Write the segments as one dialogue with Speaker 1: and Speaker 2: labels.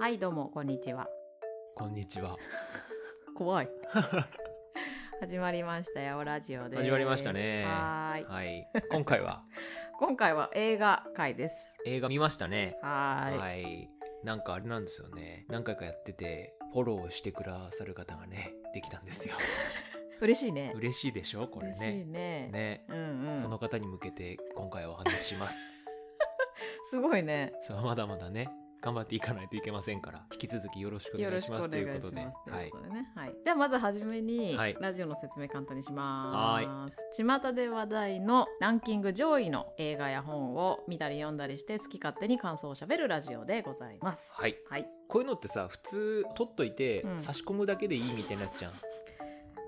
Speaker 1: はい、どうも、こんにちは。
Speaker 2: こんにちは。
Speaker 1: 怖い。 始まりました、やおラジオです。
Speaker 2: 始まりましたね。
Speaker 1: はーい。
Speaker 2: はい。今回は
Speaker 1: 今回は映画会です。
Speaker 2: 映画見ましたね。
Speaker 1: はーい。
Speaker 2: はい。なんかあれなんですよね。何回かやってて、フォローしてくださる方がね、できた んですよ。
Speaker 1: 嬉しいね。
Speaker 2: 嬉しいでしょこれ
Speaker 1: 嬉しい
Speaker 2: ね。
Speaker 1: ね。
Speaker 2: ね。
Speaker 1: うんうん。
Speaker 2: その方に向けて今回はお話しし ます。
Speaker 1: すごいね。
Speaker 2: そう、まだまだね、頑張っていかないといけませんから、引き続きよろしくお
Speaker 1: よ
Speaker 2: 願
Speaker 1: ろ
Speaker 2: い
Speaker 1: し
Speaker 2: し
Speaker 1: くお
Speaker 2: ます
Speaker 1: 願い
Speaker 2: とい
Speaker 1: し
Speaker 2: うこ
Speaker 1: ます。
Speaker 2: とで。
Speaker 1: と
Speaker 2: はいいう
Speaker 1: こ。とでね。はい。じゃあまずはじめに、
Speaker 2: はい
Speaker 1: ラジオの説明簡単にします。巷で話題のランキング上位の映画や本を見たり読んだりして好き勝手に感想をしゃべるラジオでございます。
Speaker 2: はい。
Speaker 1: はい。
Speaker 2: こういうのってさ、普通、取っといて
Speaker 1: う、ん
Speaker 2: 差し込むだけでいいみたいなやつじゃん。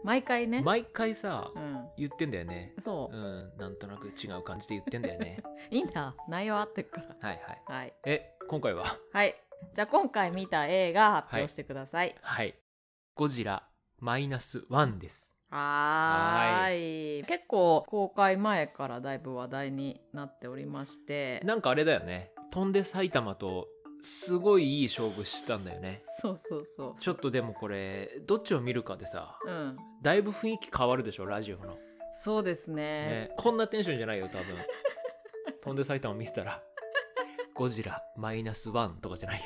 Speaker 1: 毎回ね。
Speaker 2: 毎回さ
Speaker 1: う、ん。
Speaker 2: 言ってんだよね。
Speaker 1: そうう、
Speaker 2: ん、なんとなく違う感じで言ってんだよね。
Speaker 1: いいんだ内容合ってるから
Speaker 2: はいはい。
Speaker 1: はい
Speaker 2: え、今回は
Speaker 1: はいじゃあ今回見た映画発表してください
Speaker 2: はい。ゴジラマイナスワンです。
Speaker 1: はーい結構公開前からだいぶ話題になっておりまして
Speaker 2: なんかあれだよね。飛んで埼玉とすごいいい勝負したんだよね。
Speaker 1: そうそうそ
Speaker 2: ちょっとでもこれ、どっちを見るかでさ、
Speaker 1: ううん
Speaker 2: だいぶ雰囲気変わるでしょ、ラジオの。
Speaker 1: そうですね
Speaker 2: ね、こんなテンションじゃないよ、多分。 飛んで埼玉見てたら。ゴジラマイナスワンとかじゃないよ。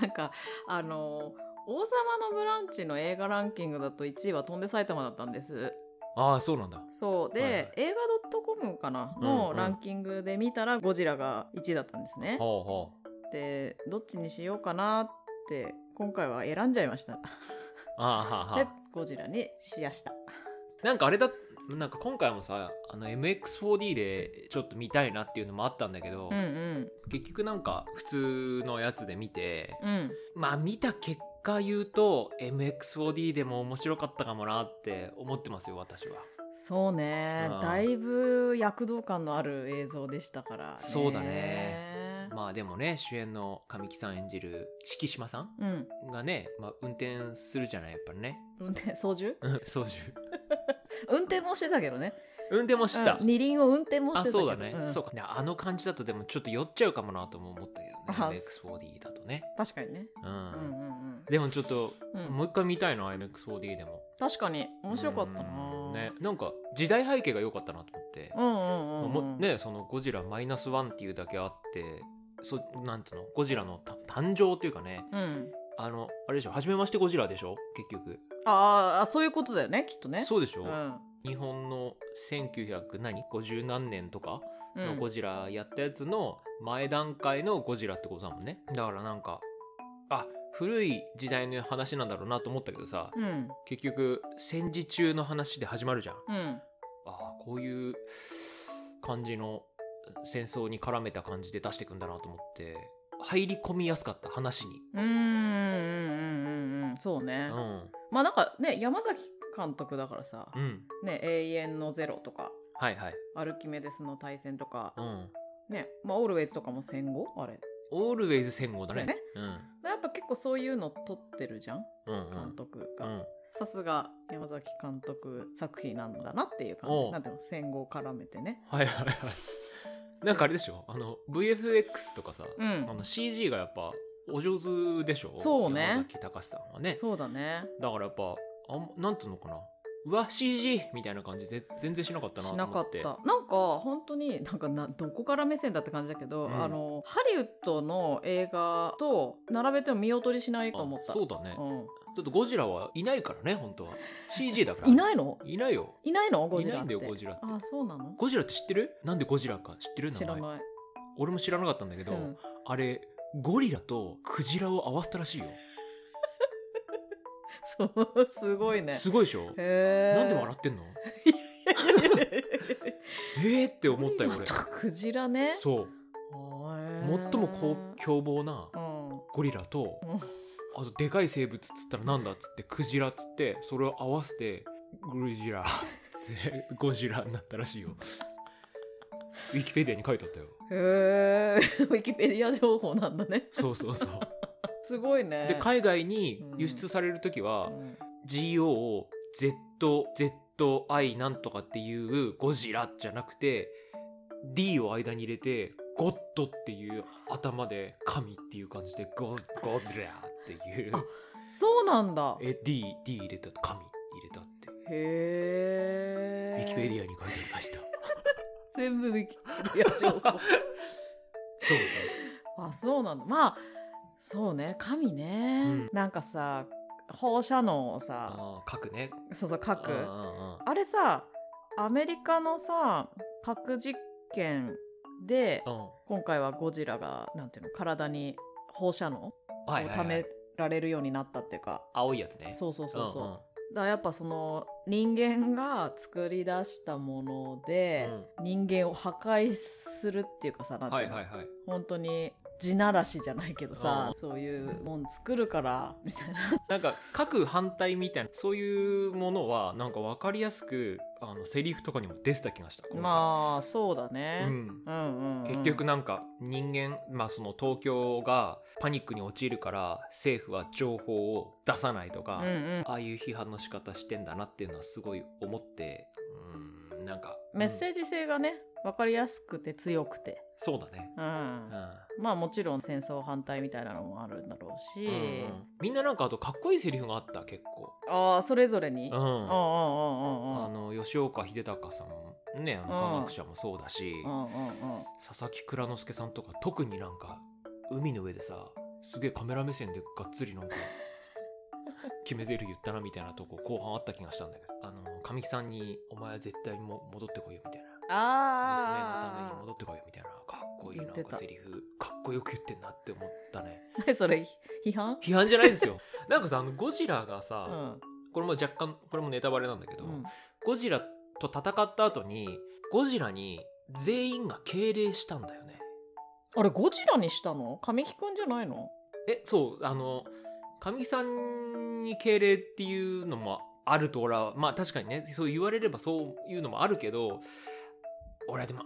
Speaker 1: なんかあのー王様のブランチの映画ランキングだと1位は飛んで埼玉だったんです。
Speaker 2: ああ、そうなんだ。
Speaker 1: そう。で、
Speaker 2: はいはい
Speaker 1: 映画 .com かな
Speaker 2: うんう
Speaker 1: の
Speaker 2: ん
Speaker 1: ランキングで見たらゴジラが1位だったんですね。
Speaker 2: ほうほう。
Speaker 1: でどっちにしようかなって今回は選んじゃいました
Speaker 2: あーはあは
Speaker 1: で
Speaker 2: あ。
Speaker 1: ゴジラにしやした
Speaker 2: なんかあれだ、なんか今回もさ、あの MX4D でちょっと見たいなっていうのもあったんだけ
Speaker 1: う
Speaker 2: ど、
Speaker 1: んうん
Speaker 2: 結局なんか普通のやつで見て、
Speaker 1: うん
Speaker 2: まあ見た結果言うと MX4D でも面白かったかもなって思ってますよ私は、
Speaker 1: そうね
Speaker 2: うん
Speaker 1: だいぶ躍動感のある映像でしたから、ね、
Speaker 2: そうだねまあでもね主演の神木さん演じる敷島さん
Speaker 1: うん
Speaker 2: がね、まあ、運転するじゃないやっぱりね
Speaker 1: 運転操縦
Speaker 2: うん操縦
Speaker 1: 運転もしてたけどね
Speaker 2: 運転もした、
Speaker 1: うん二輪を運転もしてたけ
Speaker 2: あ
Speaker 1: ど
Speaker 2: そうだね、
Speaker 1: ん
Speaker 2: そうかねあの感じだとでもちょっと酔っちゃうかもなとも思ったけど
Speaker 1: あ
Speaker 2: ね MX4D だとね
Speaker 1: 確かにね
Speaker 2: うん、
Speaker 1: うんうん
Speaker 2: でもちょっと、
Speaker 1: うん、う
Speaker 2: も
Speaker 1: ん、
Speaker 2: う一回見たいな MX4D でも
Speaker 1: 確かに面白かったな
Speaker 2: うんね、なんか時代背景が良かったなと思って、
Speaker 1: うんうんうん、う
Speaker 2: も
Speaker 1: ん、
Speaker 2: ねそのゴジラマイナスワンっていうだけあってそなんつうのゴジラのた誕生っていうかね
Speaker 1: うん
Speaker 2: あのあれでしょ初めましてゴジラでしょ結局、
Speaker 1: あーあそういうことだよねきっとね
Speaker 2: そうでしょ、
Speaker 1: うん
Speaker 2: 日本の1950何年とか
Speaker 1: う
Speaker 2: の
Speaker 1: ん
Speaker 2: ゴジラやったやつの前段階のゴジラってことだもんねだからなんかあ古い時代の話なんだろうなと思ったけどさ
Speaker 1: うん
Speaker 2: 結局戦時中の話で始まるじゃん
Speaker 1: うん
Speaker 2: ああこういう感じの戦争に絡めた感じで出していくんだなと思って入り込みやすかった話に、
Speaker 1: うーんうんうんうんうんそう
Speaker 2: う
Speaker 1: ね、
Speaker 2: ん
Speaker 1: まあなんかね山崎監督だからさ
Speaker 2: うん、
Speaker 1: 「ね、永遠のゼロ」とか
Speaker 2: はいはい、
Speaker 1: 「アルキメデスの対戦」とか
Speaker 2: うん、
Speaker 1: 「ねまあ、オールウェイズ」とかも戦後あれ
Speaker 2: オールウェイズ戦後だね
Speaker 1: だよね
Speaker 2: うん
Speaker 1: やっぱ結構そういうの撮ってるじゃん
Speaker 2: うんう
Speaker 1: 監
Speaker 2: ん
Speaker 1: 督
Speaker 2: う
Speaker 1: が、
Speaker 2: ん、
Speaker 1: さすが山崎監督作品なんだなっていう感
Speaker 2: お
Speaker 1: じ
Speaker 2: う
Speaker 1: なんていうの戦後を絡めてね
Speaker 2: はいはいはいなんかあれでしょあの VFX とかさ、
Speaker 1: う
Speaker 2: あ
Speaker 1: ん
Speaker 2: の CG がやっぱお上手でしょ
Speaker 1: そうね
Speaker 2: 山崎隆さんはね
Speaker 1: そうだね
Speaker 2: だからやっぱあんなんつうのかなうわ CG みたいな感じぜ全然しなかったな
Speaker 1: し
Speaker 2: と
Speaker 1: なか
Speaker 2: 思
Speaker 1: っ
Speaker 2: って
Speaker 1: たなんか本当になんかなどこから目線だって感じだけど、
Speaker 2: うん
Speaker 1: あのハリウッドの映画と並べても見劣りしないと思っ
Speaker 2: あ
Speaker 1: た
Speaker 2: そうだね、
Speaker 1: うん
Speaker 2: ちょっとゴジラはいないからね、本当は。CG だから。
Speaker 1: いないの
Speaker 2: いないよ。
Speaker 1: いないのゴジラって
Speaker 2: いないんだよゴジラって
Speaker 1: あそうなの
Speaker 2: ゴジラって知ってるなんでゴジラか知ってる名
Speaker 1: 知ら
Speaker 2: 前
Speaker 1: ない
Speaker 2: 俺も知らなかったんだけど、
Speaker 1: うん
Speaker 2: あれ、ゴリラとクジラを合わせたらしいよ。
Speaker 1: そうすごいね
Speaker 2: すごいでしょ、
Speaker 1: へえ
Speaker 2: なんで笑ってん の
Speaker 1: って
Speaker 2: えーって思ったよ、
Speaker 1: ゴ
Speaker 2: 俺
Speaker 1: リラ。とクジラね
Speaker 2: そう。
Speaker 1: 最
Speaker 2: 最もこう凶暴な
Speaker 1: うん
Speaker 2: ゴリラと、
Speaker 1: うん
Speaker 2: あとでかい生物っつったらなんだっつって、クジラっつって、それを合わせて、ゴジラ って、ゴジラになったらしいよ。ウィキペディアに書いてあったよ。
Speaker 1: へえ ウィキペディア情報なんだね
Speaker 2: そうそうそう。
Speaker 1: すごいね
Speaker 2: で海外に輸出される時は
Speaker 1: うん
Speaker 2: GOZZI なんとかっていうゴジラじゃなくて D を間に入れてゴッドっていう頭で神っていう感じでゴッゴッドラーっていう
Speaker 1: あそうなんだへ
Speaker 2: え D, D 入れた神入れたってウ
Speaker 1: え
Speaker 2: ィキペディアに書いてありました
Speaker 1: 全部ウィキペディア 情報
Speaker 2: そう
Speaker 1: あそうなんだまあそうね神ね、
Speaker 2: うん
Speaker 1: なんかさ放射能を
Speaker 2: そう
Speaker 1: さ
Speaker 2: あー書くね
Speaker 1: そうそう書くあ
Speaker 2: あ
Speaker 1: れさアメリカのさ核実験で
Speaker 2: ーあーあーうん
Speaker 1: 今回はゴジラがなんていうの体に放射能を
Speaker 2: はいはい
Speaker 1: た
Speaker 2: はい
Speaker 1: められるようになったっていうか、
Speaker 2: 青いやつね
Speaker 1: そうそうそうそう、
Speaker 2: んん
Speaker 1: だからやっぱその人間が作り出したもので、人間を破壊するっていうかさなんて
Speaker 2: はいいう
Speaker 1: の
Speaker 2: はいはい
Speaker 1: 本当に地ならしじゃないけどさ、そういうもん作るからみたいな
Speaker 2: なんか各反対みたいなそういうものはなんか分かりやすくあのセリフとかにも出てた気がした
Speaker 1: まあそうだ
Speaker 2: あ
Speaker 1: ね、
Speaker 2: うん
Speaker 1: うん、うんうん
Speaker 2: 結局なんか人間、まあ、その東京がパニックに陥るから政府は情報を出さないとか、
Speaker 1: うんうん
Speaker 2: ああいう批判の仕方してんだなっていうのはすごい思ってうんなんか
Speaker 1: メッセ
Speaker 2: ジ、
Speaker 1: ージ性がね分かりやすくて強くて、
Speaker 2: そうだね、
Speaker 1: うん
Speaker 2: うん
Speaker 1: まあもちろん戦争反対みたいなのもあるんだろうし、
Speaker 2: うんうんみんななんかあとかっこいいセリフがあった結構、
Speaker 1: ああそれぞれに、
Speaker 2: う
Speaker 1: うん
Speaker 2: ん、あ
Speaker 1: うんうんうんうん
Speaker 2: の吉岡秀隆さんもねあの科学者もそうだし、
Speaker 1: うんうんうん
Speaker 2: 佐々木蔵之介さんとか特になんか海の上でさすげえカメラ目線でがっつり なんか決め台詞言ったなみたいなとこ後半あった気がしたんだけどあの神木さんに「お前は絶対も戻ってこいよ」みたいな「娘のために
Speaker 1: あ
Speaker 2: 戻ってこいよ」みたいなかっこいいな
Speaker 1: 言っ
Speaker 2: ん
Speaker 1: て
Speaker 2: か
Speaker 1: た
Speaker 2: セリフかっこよく言ってんなって思ったね
Speaker 1: あ それ批判
Speaker 2: 批判じゃないですよ なんかさあのゴジラが
Speaker 1: う
Speaker 2: さ、
Speaker 1: ん
Speaker 2: これも若干これもネタバレなんだけど、
Speaker 1: うん
Speaker 2: ゴジラと戦った後にゴジラに全員が敬礼したんだよね
Speaker 1: あれゴジラにしたの神木くんじゃないの
Speaker 2: えそうあの神木さんに敬礼っていうのもあると俺はまあ確かにねそう言われればそういうのもあるけど俺はでも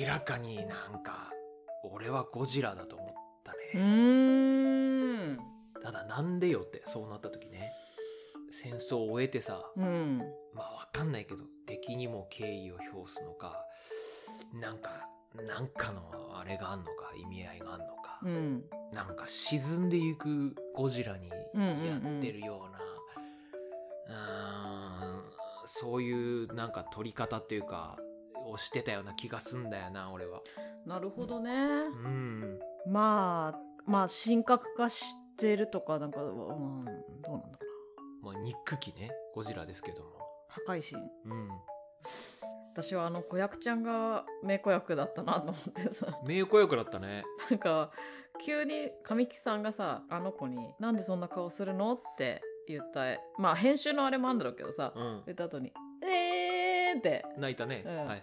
Speaker 2: 明らかになんか俺はゴジラだと思った
Speaker 1: う
Speaker 2: ね、
Speaker 1: ーん
Speaker 2: ただなんでよってそうなった時ね戦争を終えてさ
Speaker 1: うん
Speaker 2: まあわかんないけど敵にも敬意を表すのかなんかなんかのあれがあんのか意味合いがあんのか、
Speaker 1: うん
Speaker 2: なんか沈んでいくゴジラに
Speaker 1: うんうん
Speaker 2: や
Speaker 1: うん
Speaker 2: ってるような、うーんそういうなんか撮り方っていうかをしてたような気がすんだよな俺は。
Speaker 1: なるほどね、
Speaker 2: うん
Speaker 1: まあまあ神格化してるとかなんか、うん、どうなんだろう
Speaker 2: まあ、ニック機ねゴジラですけども。
Speaker 1: な破壊神
Speaker 2: うん、
Speaker 1: 私はあの子役ちゃんが名子役だったなと思ってさ
Speaker 2: 名誉子役だったね。
Speaker 1: なんか急に神木さんがさあの子に「なんでそんな顔するの?」って言ったまあ編集のあれもあるんだろうけどさ、
Speaker 2: うん、
Speaker 1: 言った後に「えー!」って
Speaker 2: 泣いたね、
Speaker 1: うん
Speaker 2: はいはい。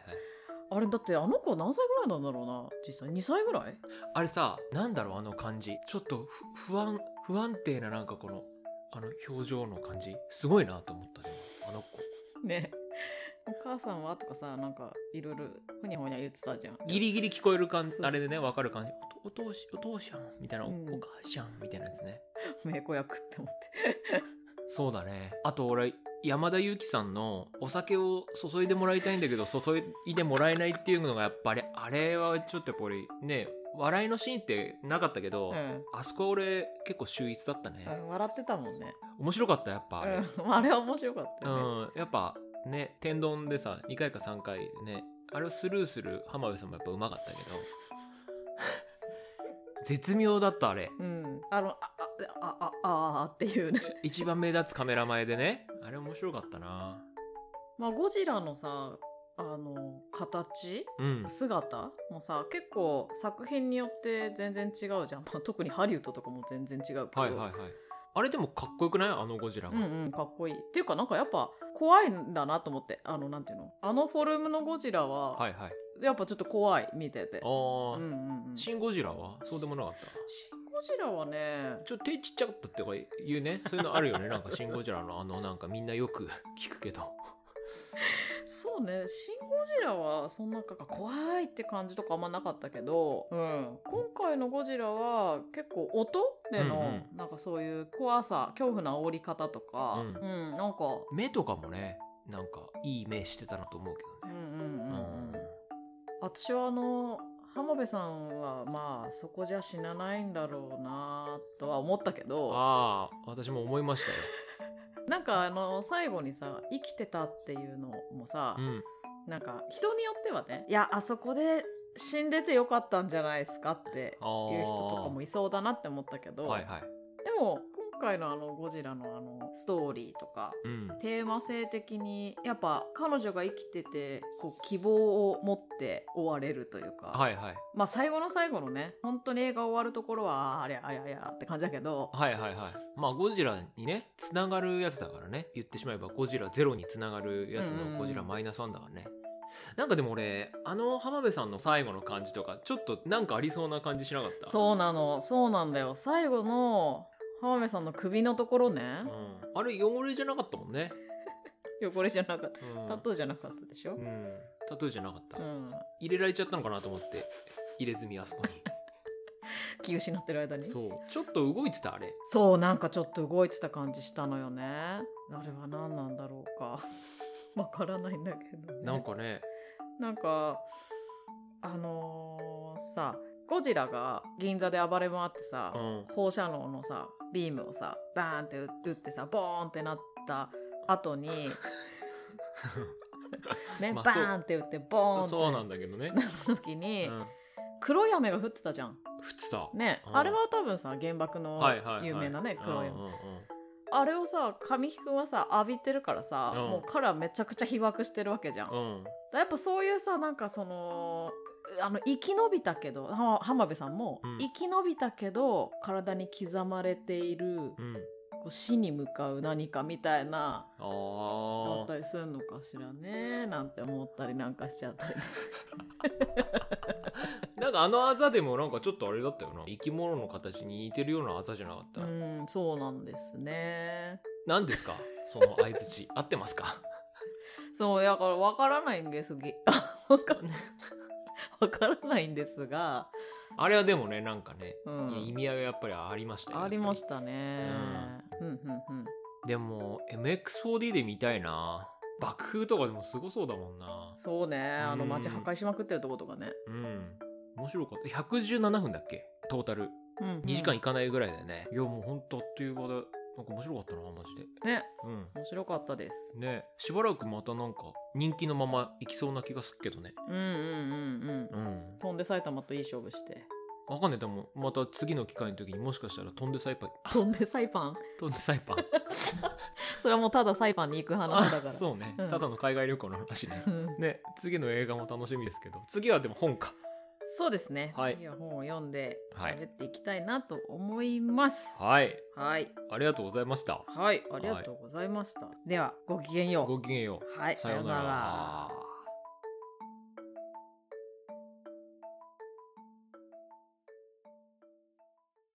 Speaker 1: あれだってあの子何歳ぐらいなんだろうな実際2歳ぐらい
Speaker 2: あれさなんだろうあの感じちょっとふ不安不安定ななんかこのあの表情の感じすごいなと思ったねあの子。
Speaker 1: ねお母さんはとかさなんかいろいろふにゃふにゃ言ってたじゃん
Speaker 2: ギリギリ聞こえる感
Speaker 1: そうそうそう
Speaker 2: あれでね分かる感じお父お父しお父さんみたいな、お
Speaker 1: うん
Speaker 2: お母ちゃんみたいなやつね
Speaker 1: 名子役って思って
Speaker 2: そうだねあと俺山田裕貴さんのお酒を注いでもらいたいんだけど注いでもらえないっていうのがやっぱりあれはちょっとやっぱりね笑いのシーンってなかったけど、
Speaker 1: うん
Speaker 2: あそこは俺結構秀逸だったね、
Speaker 1: うん笑ってたもんね
Speaker 2: 面白かったやっぱあれ、
Speaker 1: うんあれは面白かったよね、
Speaker 2: うん、やっぱね天丼でさ2回か3回ねあれをスルーする浜辺さんもやっぱうまかっ たけど絶妙だったあれ
Speaker 1: うん、あのあああああっていうね
Speaker 2: 一番目立つカメラ前でねあれ面白かったな
Speaker 1: まあゴジラのさあの形
Speaker 2: うん
Speaker 1: 姿もさ結構作品によって全然違うじゃん、まあ、特にハリウッドとかも全然違うけど、
Speaker 2: はいはいはいあれでもかっこよくないあのゴジラが、
Speaker 1: うんうんかっこいいっていうかなんかやっぱ怖いんだなと思ってあのなんていうのあのフォルムのゴジラは、
Speaker 2: はいはい
Speaker 1: やっぱちょっと怖い見ててうん
Speaker 2: あー、
Speaker 1: うんうんシ
Speaker 2: シ
Speaker 1: ン
Speaker 2: ン・ゴジラはそうでもなかった
Speaker 1: ゴジラはね
Speaker 2: ちょっと手ちっちゃかったってか言うねそういうのあるよねなんかシン・ゴジラのあのなんかみんなよく 聞くけど
Speaker 1: そうねシン・ゴジラはそんなか怖いって感じとかあんまなかったけど、うん、今回のゴジラは結構音での、
Speaker 2: う
Speaker 1: なんかそういう怖さ恐怖な煽り方とか、う
Speaker 2: う
Speaker 1: んなんか
Speaker 2: 目とかもねなんかいい目してたなと思うけ
Speaker 1: うん
Speaker 2: どね
Speaker 1: うんうん、うん
Speaker 2: うん
Speaker 1: 私はあの浜辺さんはまあそこじゃ死なないんだろうなとは思ったけど
Speaker 2: ああ私も思いましたよ、
Speaker 1: なんかあの最後にさ生きてたっていうのもさ、
Speaker 2: うん、
Speaker 1: なんか人によってはねいやあそこで死んでてよかったんじゃないですかって
Speaker 2: ああ
Speaker 1: いう人とかもいそうだなって思ったけど、
Speaker 2: はいはい、
Speaker 1: でも今回のあのゴジラのあのストーリーとか
Speaker 2: うん、
Speaker 1: テーマ性的にやっぱ彼女が生きててこう希望を持って終われるというか、
Speaker 2: はいはい
Speaker 1: まあ最後の最後のね本当に映画終わるところはあーあれあやあやって感じだけど
Speaker 2: はいはいはいまあゴジラにねつながるやつだからね言ってしまえばゴジラゼロにつながるやつ
Speaker 1: うんうんうん
Speaker 2: のゴジラマイナスワンだからね、なんかでも俺あの浜辺さんの最後の感じとかちょっとなんかありそうな感じしなかった
Speaker 1: そうなのそうなんだよ最後の浜辺さんの首のところね、
Speaker 2: うん、あれ汚れじゃなかったもんね、
Speaker 1: 汚れじゃなかった
Speaker 2: うん、
Speaker 1: タトゥーじゃなかったでしょ
Speaker 2: う、んタトゥーじゃなかった、
Speaker 1: うん、
Speaker 2: 入れられちゃったのかなと思って入れ墨あそこ に
Speaker 1: 気失ってる間に
Speaker 2: そうちょっと動いてたあれ
Speaker 1: そうなんかちょっと動いてた感じしたのよねあれは何なんだろうか わからないんだけど、ね、
Speaker 2: なんかね
Speaker 1: なんかあのーさゴジラが銀座で暴れ回ってさ、
Speaker 2: うん
Speaker 1: 放射能のさビームをさバーンって打ってさボーンってなった後に ね、
Speaker 2: まあ
Speaker 1: バ
Speaker 2: そう
Speaker 1: ーンって打ってボーンって
Speaker 2: そうなんだけどね、
Speaker 1: 時に、
Speaker 2: うん、
Speaker 1: 黒い雨が降ってたじゃん
Speaker 2: 降ってた、
Speaker 1: ね、
Speaker 2: うん
Speaker 1: あれは多分さ原爆の
Speaker 2: はいはいはい
Speaker 1: 有名なね、黒い雨、
Speaker 2: うんうんうん
Speaker 1: あれをさ神木君はさ浴びてるからさ、
Speaker 2: うん
Speaker 1: もうカラーめちゃくちゃ被爆してるわけじゃん、だか
Speaker 2: うん
Speaker 1: らやっぱそういうさなんかそのあの生き延びたけどは浜辺さんも、
Speaker 2: うん
Speaker 1: 生き延びたけど体に刻まれている
Speaker 2: うん
Speaker 1: こう死に向かう何かみたいなあ
Speaker 2: あ
Speaker 1: っ
Speaker 2: あ
Speaker 1: たりするのかしらねなんて思ったりなんかしちゃったり
Speaker 2: なんかあのあざでもなんかちょっとあれだったよな生き物の形に似てるようなあざじゃなかった、
Speaker 1: うんそうなんですね
Speaker 2: なんですかその相づち 合ってま すか
Speaker 1: そうだから分からないんです ぎわかんないわからないんですが、
Speaker 2: あれはでもねなんかね、
Speaker 1: う
Speaker 2: いや意
Speaker 1: ん、
Speaker 2: 味合いはやっぱりありましたよ
Speaker 1: ありま
Speaker 2: た
Speaker 1: したねうんうんうん
Speaker 2: でも MX4D で見たいな爆風とかでもすごそうだもんな
Speaker 1: そうねあの
Speaker 2: うん
Speaker 1: 街破壊しまくってるとことかね、
Speaker 2: うん面白かった117分だっけトータル
Speaker 1: うんうん
Speaker 2: 2時間いかないぐらいだよね、いやもうほんとあっという間でなんか面白かったなマジで
Speaker 1: ね
Speaker 2: うん
Speaker 1: 面白かったです
Speaker 2: ねしばらくまたなんか人気のままいきそうな気がするけどね
Speaker 1: うんうんうんうん
Speaker 2: うん
Speaker 1: 飛んで埼玉といい勝負して
Speaker 2: わかんないでもまた次の機会の時にもしかしたら飛んでサイパン
Speaker 1: 飛んでサイパン
Speaker 2: 飛んでサイパ ン
Speaker 1: それはもうただサイパンに行く話だか
Speaker 2: あ
Speaker 1: ら
Speaker 2: そうね、
Speaker 1: うん
Speaker 2: ただの海外旅行の話ね
Speaker 1: うん
Speaker 2: ね次の映画も楽しみですけど次はでも本か
Speaker 1: そうですね、
Speaker 2: はい
Speaker 1: 次は本を読んで
Speaker 2: はい
Speaker 1: 喋っていきたいなと思います
Speaker 2: はい
Speaker 1: はい
Speaker 2: ありがとうございました
Speaker 1: はい、ありがとうございました、ではごきげんよう
Speaker 2: ごきげんよう
Speaker 1: はい、さようなら。
Speaker 2: ら